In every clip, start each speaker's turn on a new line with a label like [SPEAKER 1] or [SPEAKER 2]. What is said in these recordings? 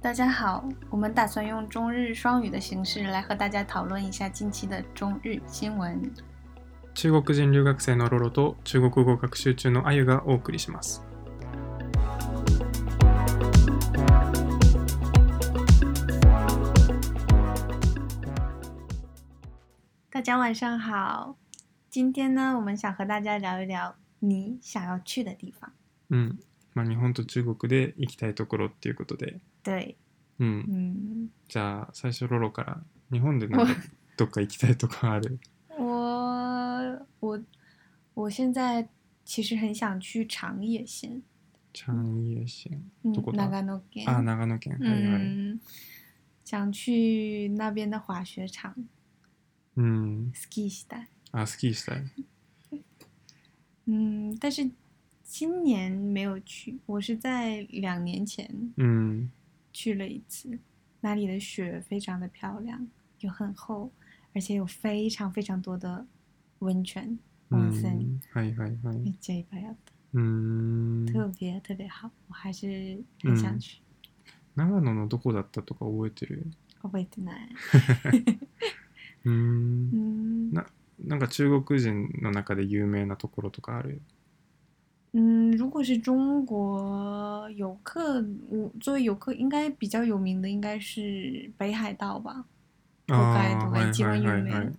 [SPEAKER 1] 大家好，我们打算用中日双语的形式来和大家讨论一下近期的中日新闻。
[SPEAKER 2] 中国人留学生のロロと中国語学習中のあゆがお送りします。
[SPEAKER 1] 大家晚上好，今天呢，我们想和大家聊一聊你想要去的地方。
[SPEAKER 2] うん。まあ、日本と中国で行きたいところっていうことで。
[SPEAKER 1] 对，
[SPEAKER 2] うん。
[SPEAKER 1] 嗯，
[SPEAKER 2] じゃあ、最初ロロから。日本 でなんかどっか行きたいとこある。
[SPEAKER 1] 我我我现在其实很想去长野县，
[SPEAKER 2] チャンイエシン。
[SPEAKER 1] 嗯
[SPEAKER 2] どこだ
[SPEAKER 1] 長野県，
[SPEAKER 2] あ、長野県。はいはい。
[SPEAKER 1] 嗯，想去那边的滑雪场
[SPEAKER 2] うん。
[SPEAKER 1] ski したい。
[SPEAKER 2] あ、スキーしたい。
[SPEAKER 1] 嗯，但是今年没有去，我是在两年前
[SPEAKER 2] うん。
[SPEAKER 1] 去了一次，那里的雪非常的漂亮，又很厚，而且有非常非常多的温泉
[SPEAKER 2] う
[SPEAKER 1] 温泉，
[SPEAKER 2] ん。はいはいは
[SPEAKER 1] 一
[SPEAKER 2] い。
[SPEAKER 1] 这一排要
[SPEAKER 2] 嗯
[SPEAKER 1] 的
[SPEAKER 2] うん。
[SPEAKER 1] 特别特别好，我还是很想
[SPEAKER 2] 嗯
[SPEAKER 1] 去。
[SPEAKER 2] 長野のどこだったとか覚えてる
[SPEAKER 1] 覚えてない。
[SPEAKER 2] うん。
[SPEAKER 1] 嗯
[SPEAKER 2] 那なんか中国人の中で有名なところとかある
[SPEAKER 1] 嗯，如果是中国游客，我作为游客应该比较有名的应该是北海道吧。北
[SPEAKER 2] 啊あ
[SPEAKER 1] 海道
[SPEAKER 2] ー
[SPEAKER 1] が一番有名
[SPEAKER 2] い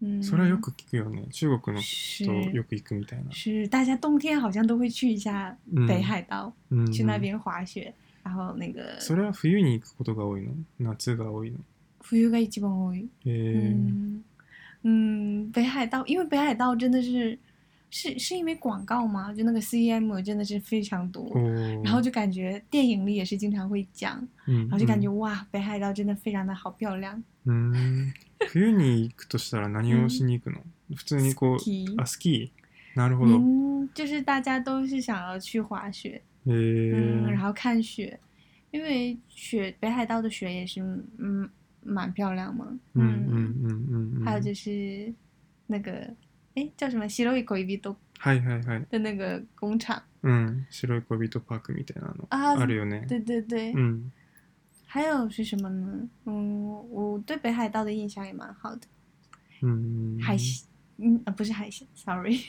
[SPEAKER 1] 嗯，
[SPEAKER 2] それはよく聞くよね。中国の
[SPEAKER 1] 是
[SPEAKER 2] 人よく行くみたいな。
[SPEAKER 1] 是大家冬天好像都会去一下
[SPEAKER 2] うん
[SPEAKER 1] 北海道，
[SPEAKER 2] うん
[SPEAKER 1] 去那边滑雪，然后那个
[SPEAKER 2] それは冬に行くことが多いの夏が多いの
[SPEAKER 1] 冬が一番多い。
[SPEAKER 2] へえ。
[SPEAKER 1] 嗯嗯，北海道，因为北海道真的是是是因为广告嘛，就那个 CM 真的是非常多，
[SPEAKER 2] おー
[SPEAKER 1] 然后就感觉电影里也是经常会讲，
[SPEAKER 2] うん
[SPEAKER 1] 然后就感觉哇，北海道真的非常的好漂亮。
[SPEAKER 2] うんうん冬に行くとしたら何をしに行くの普通にこ
[SPEAKER 1] スキ
[SPEAKER 2] う、
[SPEAKER 1] ー
[SPEAKER 2] あ、スキーなるほど。
[SPEAKER 1] 嗯，就是大家都是想要去滑雪，
[SPEAKER 2] へ
[SPEAKER 1] 嗯，然
[SPEAKER 2] え。
[SPEAKER 1] 后看雪，因为雪北海道的雪也是嗯蛮漂亮嘛，嗯
[SPEAKER 2] うんうんうんうんうん。
[SPEAKER 1] 还有就是那个哎叫什么西罗伊口伊比多
[SPEAKER 2] はいはいはい。
[SPEAKER 1] 的那个工厂
[SPEAKER 2] うん。白い恋人パークみたいなの。
[SPEAKER 1] 啊，
[SPEAKER 2] あるよね。
[SPEAKER 1] 对嗯对对，
[SPEAKER 2] うん。
[SPEAKER 1] 还有是什么呢？嗯，我对北海道的印象也蛮好的，
[SPEAKER 2] うん。
[SPEAKER 1] 海鲜。嗯、啊，不是海鲜，sorry，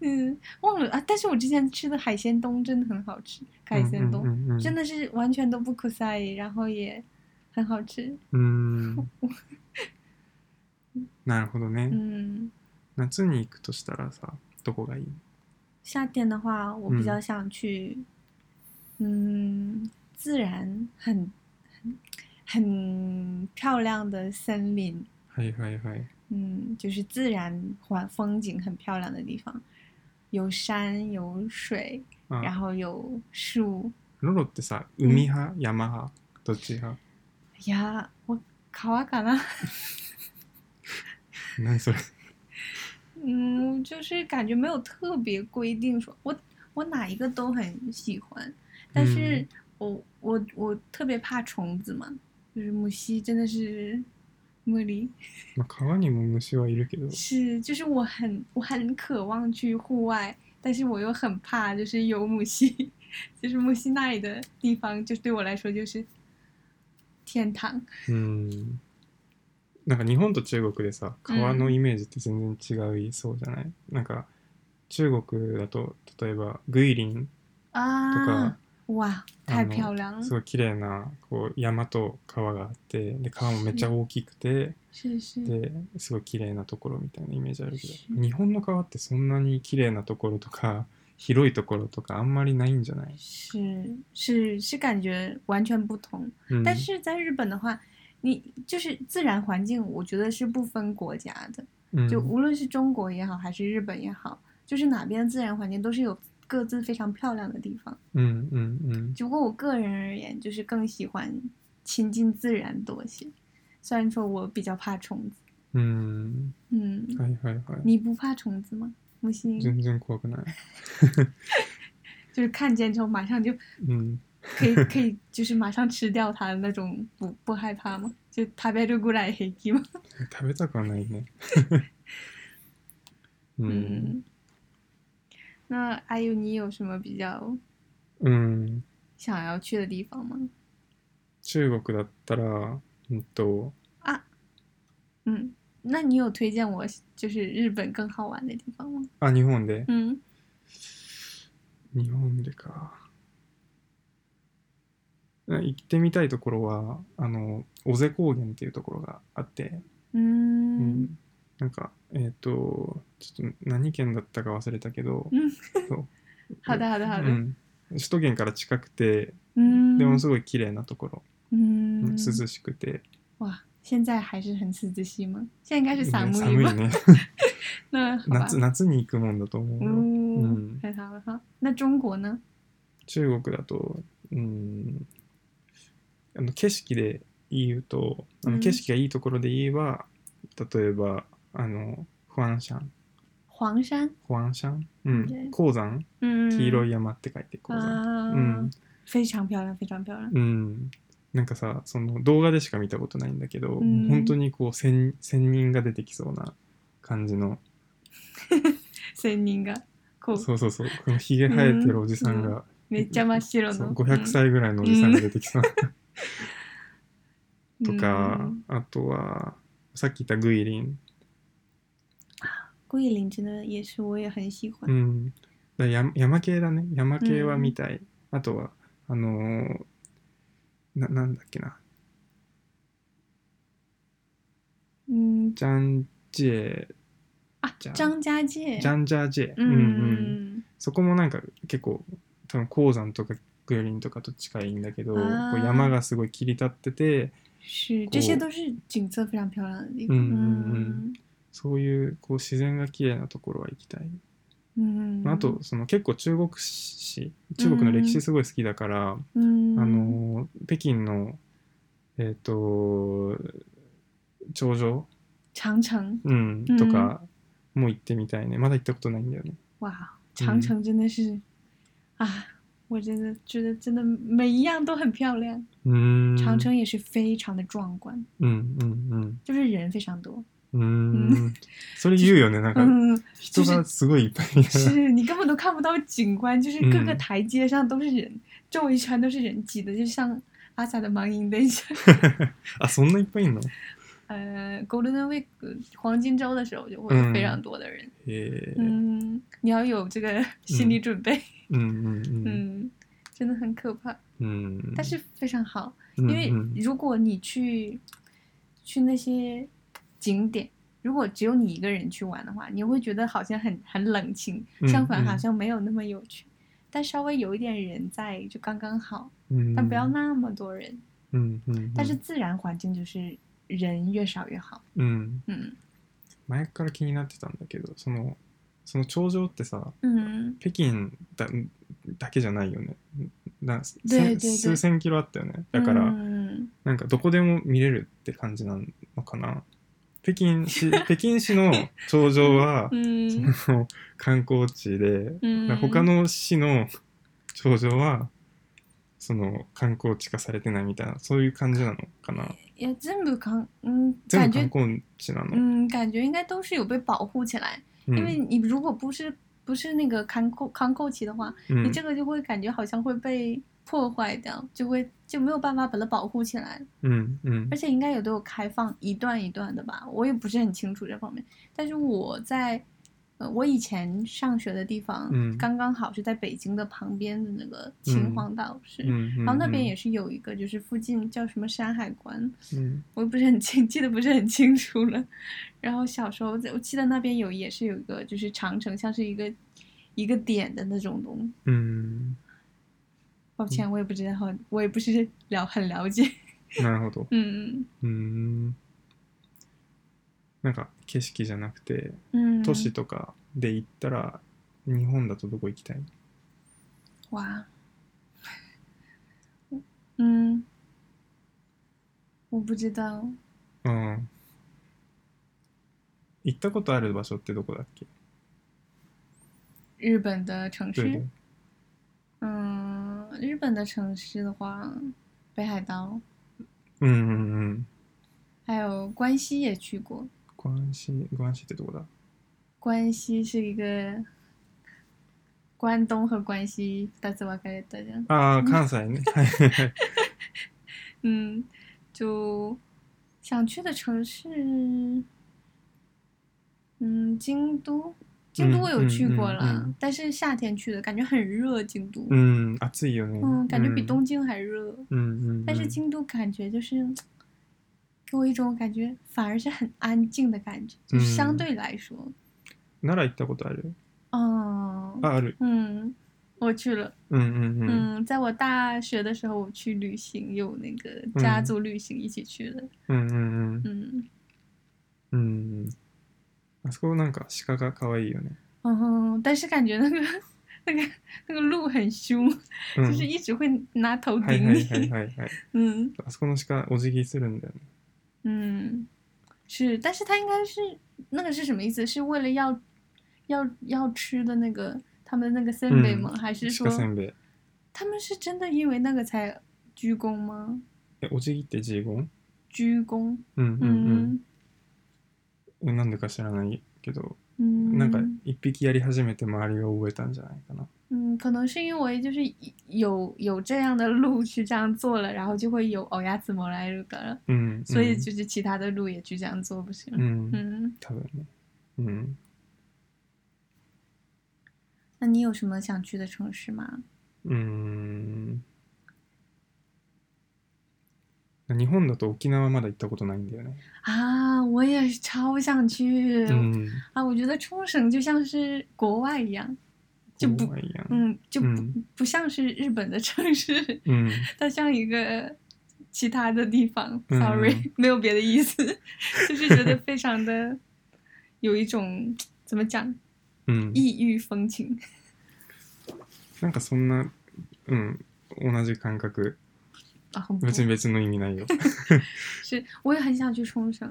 [SPEAKER 1] 嗯，忘了啊。但是我之前吃的海鲜冻真的很好吃，海鲜冻、
[SPEAKER 2] うんうんうんうん
[SPEAKER 1] 真的是完全都不苦涩，然后也很好吃。
[SPEAKER 2] うーん。なるほどね。
[SPEAKER 1] 嗯，
[SPEAKER 2] 夏に行くとしたらさ、どこがいい
[SPEAKER 1] 夏天的话，我比较想去，嗯自然很很很漂亮的森林，
[SPEAKER 2] はいはいはい。
[SPEAKER 1] 嗯，就是自然环风景很漂亮的地方，有山有水，然
[SPEAKER 2] あ、
[SPEAKER 1] 后有树。
[SPEAKER 2] ロロってさ、
[SPEAKER 1] ん
[SPEAKER 2] 海派、山派、どっち派
[SPEAKER 1] 哎呀，我 川かな？
[SPEAKER 2] 何それ。
[SPEAKER 1] 嗯，就是感觉没有特别规定说，我我哪一个都很喜欢，但是
[SPEAKER 2] 嗯
[SPEAKER 1] 我、我我特别怕虫子嘛，就是母蜥真的是茉莉
[SPEAKER 2] まあ、川にも虫はいるけど。
[SPEAKER 1] 是，就是我很我很渴望去户外，但是我又很怕，就是有母蜥， 就是母蜥那里的地方，就对我来说就是天堂。
[SPEAKER 2] うん。なんか日本と中国でさ、川のイメージって全然違いそうじゃない、なんか、中国だと、例えば、グイリンと
[SPEAKER 1] 啊
[SPEAKER 2] か、
[SPEAKER 1] 哇，太
[SPEAKER 2] あの
[SPEAKER 1] 漂亮了！
[SPEAKER 2] すごい綺麗なこう山と川があってで川もめっちゃ大きくて
[SPEAKER 1] 是是，
[SPEAKER 2] ですごい綺麗なところみたいなイメージあるけ
[SPEAKER 1] うん
[SPEAKER 2] ど日本の川ってそんなに綺麗なところとか 広いところとかあんまりないんじゃない、
[SPEAKER 1] 是是是，感觉完全不同。
[SPEAKER 2] うん、
[SPEAKER 1] 但是在日本的话，你就是自然环境，我觉得是不分国家的，
[SPEAKER 2] うん
[SPEAKER 1] 就无论是中国也好，还是日本也好，就是哪边的自然环境都是有各自非常漂亮的地方。
[SPEAKER 2] うんうんうん
[SPEAKER 1] 只不过我个人而言，就是更喜欢亲近自然多些。虽然说我比较怕虫子，
[SPEAKER 2] うん
[SPEAKER 1] 嗯，
[SPEAKER 2] はいはいはい
[SPEAKER 1] 你不怕虫子吗？木星
[SPEAKER 2] 全然怖くない、
[SPEAKER 1] 就是看见之后马上就
[SPEAKER 2] うん、
[SPEAKER 1] 可以可以，就是马上吃掉它的那种，不不害怕吗？就食べるぐらい平気吗？
[SPEAKER 2] 食べたくはないねうん、
[SPEAKER 1] 嗯嗯。那还有你有什么比较
[SPEAKER 2] うん、
[SPEAKER 1] 想要去的地方吗？
[SPEAKER 2] 中国だったら、うんと、
[SPEAKER 1] 嗯，那你有推荐我就是日本更好玩的地方吗？
[SPEAKER 2] あ、日本で。
[SPEAKER 1] 嗯，
[SPEAKER 2] 日本でか。な行ってみたいところは、あの、尾瀬高原っていうところがあって、う
[SPEAKER 1] 嗯，
[SPEAKER 2] んなんか、えっ、と、ちょっと何県だったか忘れたけど、
[SPEAKER 1] うん
[SPEAKER 2] そう。
[SPEAKER 1] 好的，好的，好
[SPEAKER 2] う
[SPEAKER 1] 的。
[SPEAKER 2] ん。首都圏から近くて、
[SPEAKER 1] 嗯，
[SPEAKER 2] でもすごい綺麗なところ、うん
[SPEAKER 1] 嗯，
[SPEAKER 2] 涼しくて、
[SPEAKER 1] 哇，现在还是很刺激系吗？现在应该是
[SPEAKER 2] う
[SPEAKER 1] 三
[SPEAKER 2] ん
[SPEAKER 1] 木
[SPEAKER 2] 寒い
[SPEAKER 1] 吧？
[SPEAKER 2] ね。
[SPEAKER 1] 那好吧。
[SPEAKER 2] 夏夏に行くもんだと思うよ、
[SPEAKER 1] 嗯
[SPEAKER 2] 嗯，
[SPEAKER 1] 太好了哈。那中国呢？
[SPEAKER 2] 中国だと、うん、あの景色で言うとあ
[SPEAKER 1] う
[SPEAKER 2] の
[SPEAKER 1] ん
[SPEAKER 2] 景色がいいところで言えば、例えばあのファンシャン
[SPEAKER 1] 黄山，
[SPEAKER 2] ファンシャン、うん、
[SPEAKER 1] Okay
[SPEAKER 2] 鉱山
[SPEAKER 1] 嗯，
[SPEAKER 2] 黄色い山って書いて鉱山、
[SPEAKER 1] 啊，
[SPEAKER 2] 嗯
[SPEAKER 1] 非常漂亮，非常漂亮。
[SPEAKER 2] うん、なんかさその動画でしか見たことないんだけど、
[SPEAKER 1] ん
[SPEAKER 2] もう本当にこう仙仙人が出てきそうな感じの
[SPEAKER 1] 仙人がこう
[SPEAKER 2] そうそうそうこのひげ生えてるおじさんが、
[SPEAKER 1] めっちゃ真っ白
[SPEAKER 2] そう
[SPEAKER 1] の
[SPEAKER 2] 500歳ぐらいのおじさんが出てきそうな
[SPEAKER 1] うん
[SPEAKER 2] とか、
[SPEAKER 1] うん
[SPEAKER 2] あとはさっき言ったグイリン、
[SPEAKER 1] 桂林真的也是我也很喜
[SPEAKER 2] う
[SPEAKER 1] 欢。
[SPEAKER 2] ん、だ山山系だね山系は見たい、あとはあのーななんだっけな
[SPEAKER 1] 嗯
[SPEAKER 2] ジャンジェ
[SPEAKER 1] 啊
[SPEAKER 2] じゃ，
[SPEAKER 1] 张家界。
[SPEAKER 2] ジャンジャージェ、
[SPEAKER 1] 嗯
[SPEAKER 2] うん
[SPEAKER 1] 嗯
[SPEAKER 2] そこもなんか結構多分鉱山とかグイリンとかと近いんだけど
[SPEAKER 1] あ
[SPEAKER 2] こ
[SPEAKER 1] ー
[SPEAKER 2] う山がすごい切り立ってて
[SPEAKER 1] 是，
[SPEAKER 2] こう
[SPEAKER 1] 这些都是景色非常漂亮的地方。
[SPEAKER 2] 嗯嗯
[SPEAKER 1] 嗯
[SPEAKER 2] そういうこう自然が綺麗なところは行きたい
[SPEAKER 1] 嗯
[SPEAKER 2] あとその結構中国史中国の歴史すごい好きだから、
[SPEAKER 1] 嗯
[SPEAKER 2] あのー北京のえっ、と頂上、
[SPEAKER 1] 长城
[SPEAKER 2] うん
[SPEAKER 1] うん
[SPEAKER 2] とかも行ってみたいねまだ行ったことないんだよね
[SPEAKER 1] 哇，长城真的是、啊，我真的觉得真的每一样都很漂亮，
[SPEAKER 2] うーん
[SPEAKER 1] 长城也是非常的壮观，
[SPEAKER 2] うんうん
[SPEAKER 1] 就是人非常多，
[SPEAKER 2] うん
[SPEAKER 1] う
[SPEAKER 2] うー
[SPEAKER 1] ん
[SPEAKER 2] それ言うよねなんか
[SPEAKER 1] 嗯，
[SPEAKER 2] 人がすごいいっぱいいる
[SPEAKER 1] 是你根本都看不到景观，就是各个
[SPEAKER 2] 嗯
[SPEAKER 1] 台阶上都是人，周一圈都是人挤的，就像阿萨的盲营的一样。
[SPEAKER 2] あそんないっぱいいるの
[SPEAKER 1] 呃，Golden Week 黄金周的时候就会有非常多的人，
[SPEAKER 2] へえ
[SPEAKER 1] 嗯你要有这个心理准备，
[SPEAKER 2] うんうん
[SPEAKER 1] 嗯真的很可怕，
[SPEAKER 2] うんうん
[SPEAKER 1] 但是非常好。
[SPEAKER 2] うんう
[SPEAKER 1] 因为
[SPEAKER 2] ん
[SPEAKER 1] 如果你去去那些景点，如果只有你一个人去玩的话，你会觉得好像很很冷清，
[SPEAKER 2] 嗯
[SPEAKER 1] 相反
[SPEAKER 2] 嗯
[SPEAKER 1] 好像没有那么有趣。但稍微有一点人在就刚刚好，
[SPEAKER 2] うん
[SPEAKER 1] 但不要那么多人。
[SPEAKER 2] 嗯うんうんうん
[SPEAKER 1] 但是自然环境就是人越少越好。
[SPEAKER 2] うん
[SPEAKER 1] 嗯
[SPEAKER 2] 前から気になってたんだけどそのその頂上ってさ
[SPEAKER 1] 嗯，
[SPEAKER 2] 北京だだけじゃないよねなせ
[SPEAKER 1] ででで
[SPEAKER 2] 数千キロあったよねだから、
[SPEAKER 1] 嗯
[SPEAKER 2] なんかどこでも見れるって感じなのかな北京 市北京市の頂上は、
[SPEAKER 1] 嗯
[SPEAKER 2] その観光地で、
[SPEAKER 1] 嗯，
[SPEAKER 2] 他の市の頂上はその観光地化されてないみたいなそういう感じなのかな
[SPEAKER 1] 也全部看，嗯，
[SPEAKER 2] 全
[SPEAKER 1] 感
[SPEAKER 2] 部観
[SPEAKER 1] 觉
[SPEAKER 2] 光地なの、
[SPEAKER 1] 嗯感觉应该都是有被保护起来。
[SPEAKER 2] うん
[SPEAKER 1] 因为你如果不是不是那个看够看够期的话，
[SPEAKER 2] うん
[SPEAKER 1] 你这个就会感觉好像会被破坏掉，就会就没有办法把它保护起来。
[SPEAKER 2] うんうん
[SPEAKER 1] 而且应该也都有开放一段一段的吧，我也不是很清楚这方面。但是我在呃我以前上学的地方，
[SPEAKER 2] 嗯
[SPEAKER 1] 刚刚好是在北京的旁边的那个
[SPEAKER 2] 嗯
[SPEAKER 1] 秦皇岛市。
[SPEAKER 2] うんうん
[SPEAKER 1] 然后那边也是有一个，就是附近叫什么山海关，
[SPEAKER 2] うん
[SPEAKER 1] 我也不是很清，记得不是很清楚了。然后小时候在，我记得那边有也是有一个，就是长城像是一个一个点的那种东西。
[SPEAKER 2] うん
[SPEAKER 1] 抱歉，我也不知道，我也不是了很了解。
[SPEAKER 2] なるほど
[SPEAKER 1] 嗯
[SPEAKER 2] うーんなんか景色じゃなくて
[SPEAKER 1] 嗯，
[SPEAKER 2] 都市とかで行ったら、日本だとどこ行きたい
[SPEAKER 1] 哇，嗯，我不知道，
[SPEAKER 2] うん行ったことある場所ってどこだっけ
[SPEAKER 1] 日本的城
[SPEAKER 2] どれ
[SPEAKER 1] 市，嗯，日本的城市的话，北海道，
[SPEAKER 2] うんうんうん
[SPEAKER 1] 还有关西也去过，
[SPEAKER 2] グアンシグアンシってどこだ
[SPEAKER 1] 关西是一个关东和关西二つ分かれたじゃん。
[SPEAKER 2] ああ、関西 ね。はいはいはい。
[SPEAKER 1] 嗯，就想去的城市，嗯，京都，京都我有去过了，
[SPEAKER 2] 嗯嗯嗯嗯嗯
[SPEAKER 1] 但是夏天去的，感觉很热，京都，
[SPEAKER 2] うん、暑いよね。
[SPEAKER 1] 嗯感觉比
[SPEAKER 2] うん
[SPEAKER 1] 东京还热，
[SPEAKER 2] うんうん。
[SPEAKER 1] 但是京都感觉就是给我一种感觉，反而是很安静的感觉，就是相
[SPEAKER 2] 嗯
[SPEAKER 1] 对来说，
[SPEAKER 2] 奈良行ったことある
[SPEAKER 1] 嗯
[SPEAKER 2] あ、ある。
[SPEAKER 1] 嗯，我去了。
[SPEAKER 2] うんうんうん。
[SPEAKER 1] 嗯，在我大学的时候，我去旅行，有那个家
[SPEAKER 2] 嗯
[SPEAKER 1] 族旅行一起去的。
[SPEAKER 2] うんうん
[SPEAKER 1] 嗯
[SPEAKER 2] うん。うん。あそこなんか鹿が可愛いよね。
[SPEAKER 1] 嗯，但是感觉那个那个那个鹿很凶，
[SPEAKER 2] うん。
[SPEAKER 1] 就是一直会拿头
[SPEAKER 2] はい
[SPEAKER 1] 顶
[SPEAKER 2] は
[SPEAKER 1] 你
[SPEAKER 2] い。はいはいはい。
[SPEAKER 1] 嗯
[SPEAKER 2] あそこの鹿お辞儀するんだよね。
[SPEAKER 1] 嗯，是，但是它应该是那个是什么意思？是为了要要要吃的那个他们的那个森贝
[SPEAKER 2] 嗯
[SPEAKER 1] 吗？还是说
[SPEAKER 2] 鹿せんべい。
[SPEAKER 1] 他们是真的因为那个才鞠躬吗？
[SPEAKER 2] え、お辞儀ってジーゴン
[SPEAKER 1] 鞠躬，
[SPEAKER 2] うんうん
[SPEAKER 1] 嗯
[SPEAKER 2] うん。えなんでか知らないけど、
[SPEAKER 1] 嗯，
[SPEAKER 2] なんか一匹やり始めて周りが覚えたんじゃないかな。
[SPEAKER 1] 嗯，可能是因为就是一有有这样的鹿去这样做了，然后就会有欧亚子摩来入格了，
[SPEAKER 2] うんうん。
[SPEAKER 1] 所以就是其他的鹿也去这样做，不是吗？
[SPEAKER 2] うん。
[SPEAKER 1] 嗯，
[SPEAKER 2] 多分ね。うん。
[SPEAKER 1] 那你有什么想去的城市吗？
[SPEAKER 2] うーん。日本だと沖縄まだ行ったことないんだよね。
[SPEAKER 1] 啊，我也是超想去、
[SPEAKER 2] うん。
[SPEAKER 1] 啊！我觉得冲绳就像是国外一样，就不
[SPEAKER 2] 怖いやん。
[SPEAKER 1] 嗯，就不、
[SPEAKER 2] 嗯
[SPEAKER 1] 不像是日本的城市，
[SPEAKER 2] うん。
[SPEAKER 1] 它像一个其他的地方。
[SPEAKER 2] 嗯
[SPEAKER 1] Sorry，、没有别的意思，就是觉得非常的有一种怎么讲
[SPEAKER 2] うん。
[SPEAKER 1] 异域风情。
[SPEAKER 2] なんかそんな、うん。同じ感覚。
[SPEAKER 1] 啊，很不
[SPEAKER 2] 別に別の意味ないよ。
[SPEAKER 1] 是，我也很想去冲绳。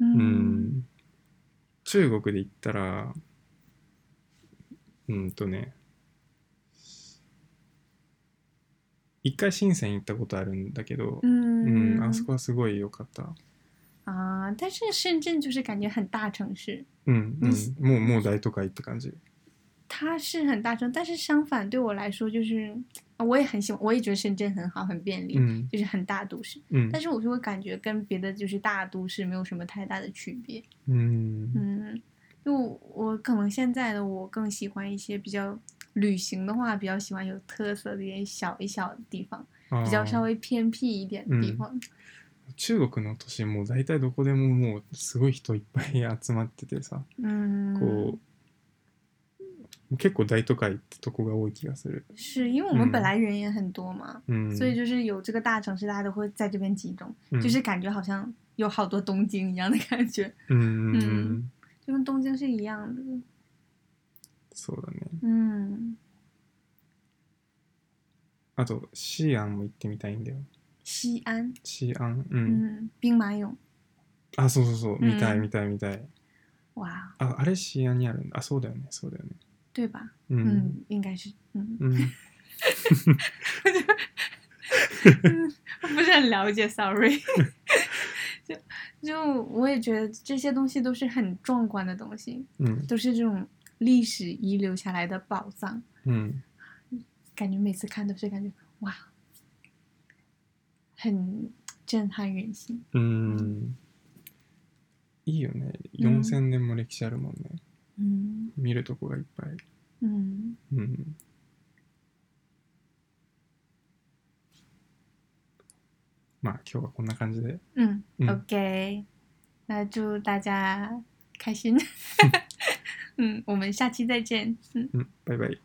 [SPEAKER 2] う
[SPEAKER 1] 嗯
[SPEAKER 2] ん。中国で行ったら、うんとね、一回深セン行ったことあるんだけど、
[SPEAKER 1] 嗯
[SPEAKER 2] うん、あそこはすごい良かった。
[SPEAKER 1] 啊！但是深圳就是感觉很大城市，
[SPEAKER 2] うん、うん。もう、もう大都会って感じ。
[SPEAKER 1] 它是很大城，但是相反对我来说就是，啊我也很喜欢，我也觉得深圳很好，很便利，
[SPEAKER 2] うん。
[SPEAKER 1] 就是很大都市。
[SPEAKER 2] うん
[SPEAKER 1] 但。是我就会感觉跟别的就是大都市没有什么太大的区别。
[SPEAKER 2] うん。
[SPEAKER 1] 嗯，就我可能现在的我更喜欢一些比较旅行的话，比较喜欢有特色的一些小一小的地方，
[SPEAKER 2] あ
[SPEAKER 1] 比较稍
[SPEAKER 2] ー
[SPEAKER 1] 微偏僻一点的地
[SPEAKER 2] 哦嗯
[SPEAKER 1] 方。
[SPEAKER 2] 中国の都市もう大体どこでももうすごい人いっぱい集まっててさ、
[SPEAKER 1] 嗯，
[SPEAKER 2] こう結構大都会ってとこが多い気がする、
[SPEAKER 1] 是因为我们本
[SPEAKER 2] 嗯
[SPEAKER 1] 来人也很多嘛，
[SPEAKER 2] うん、
[SPEAKER 1] 所以就是有这个大城市，大家都会在这边集中，就是感觉好像有好多东京一样的感觉，
[SPEAKER 2] うん、うんうん
[SPEAKER 1] う
[SPEAKER 2] う
[SPEAKER 1] ん
[SPEAKER 2] ん、
[SPEAKER 1] 就跟东京是一样的。
[SPEAKER 2] そうだね
[SPEAKER 1] 嗯，
[SPEAKER 2] あと西安も行ってみたいんだよ
[SPEAKER 1] 西安，
[SPEAKER 2] 西安うん、
[SPEAKER 1] 嗯，兵马俑，
[SPEAKER 2] あそうそうそう、
[SPEAKER 1] うん
[SPEAKER 2] 見たい見たい見たい
[SPEAKER 1] 哇，
[SPEAKER 2] ああれ西安にあるんだあそうだよねそうだよね
[SPEAKER 1] 对吧？
[SPEAKER 2] う
[SPEAKER 1] 嗯，
[SPEAKER 2] ん
[SPEAKER 1] 应该是，嗯，
[SPEAKER 2] うん、
[SPEAKER 1] 我不是很了解，sorry。就就我也觉得这些东西都是很壮观的东西，
[SPEAKER 2] うん
[SPEAKER 1] 都是这种历史遗留下来的宝藏。
[SPEAKER 2] うん
[SPEAKER 1] 感觉每次看都是感觉哇，很震撼人心。
[SPEAKER 2] うんいいよね4000年も歴史あるもんね、
[SPEAKER 1] 嗯
[SPEAKER 2] 見るとこがいっぱい
[SPEAKER 1] 嗯，
[SPEAKER 2] うんまあ今日はこんな感じで
[SPEAKER 1] 嗯
[SPEAKER 2] 嗯
[SPEAKER 1] o k 那祝大家开心。嗯，我们下期再见。嗯。
[SPEAKER 2] うんバイバイ